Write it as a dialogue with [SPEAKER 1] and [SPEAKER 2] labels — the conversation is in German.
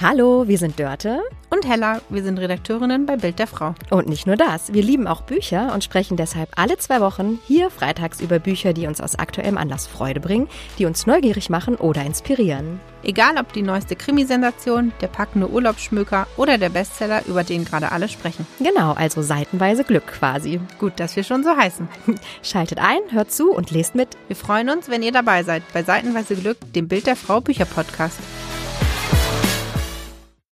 [SPEAKER 1] Hallo, wir sind Dörte.
[SPEAKER 2] Und Hella, wir sind Redakteurinnen bei Bild der Frau.
[SPEAKER 1] Und nicht nur das, wir lieben auch Bücher und sprechen deshalb alle zwei Wochen hier freitags über Bücher, die uns aus aktuellem Anlass Freude bringen, die uns neugierig machen oder inspirieren.
[SPEAKER 2] Egal ob die neueste Krimisensation, der packende Urlaubsschmöker oder der Bestseller, über den gerade alle sprechen.
[SPEAKER 1] Genau, also seitenweise Glück quasi.
[SPEAKER 2] Gut, dass wir schon so heißen.
[SPEAKER 1] Schaltet ein, hört zu und lest mit.
[SPEAKER 2] Wir freuen uns, wenn ihr dabei seid bei Seitenweise Glück, dem Bild der Frau Bücherpodcast.